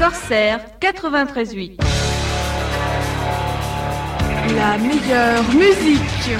Corsair 93.8. La meilleure musique.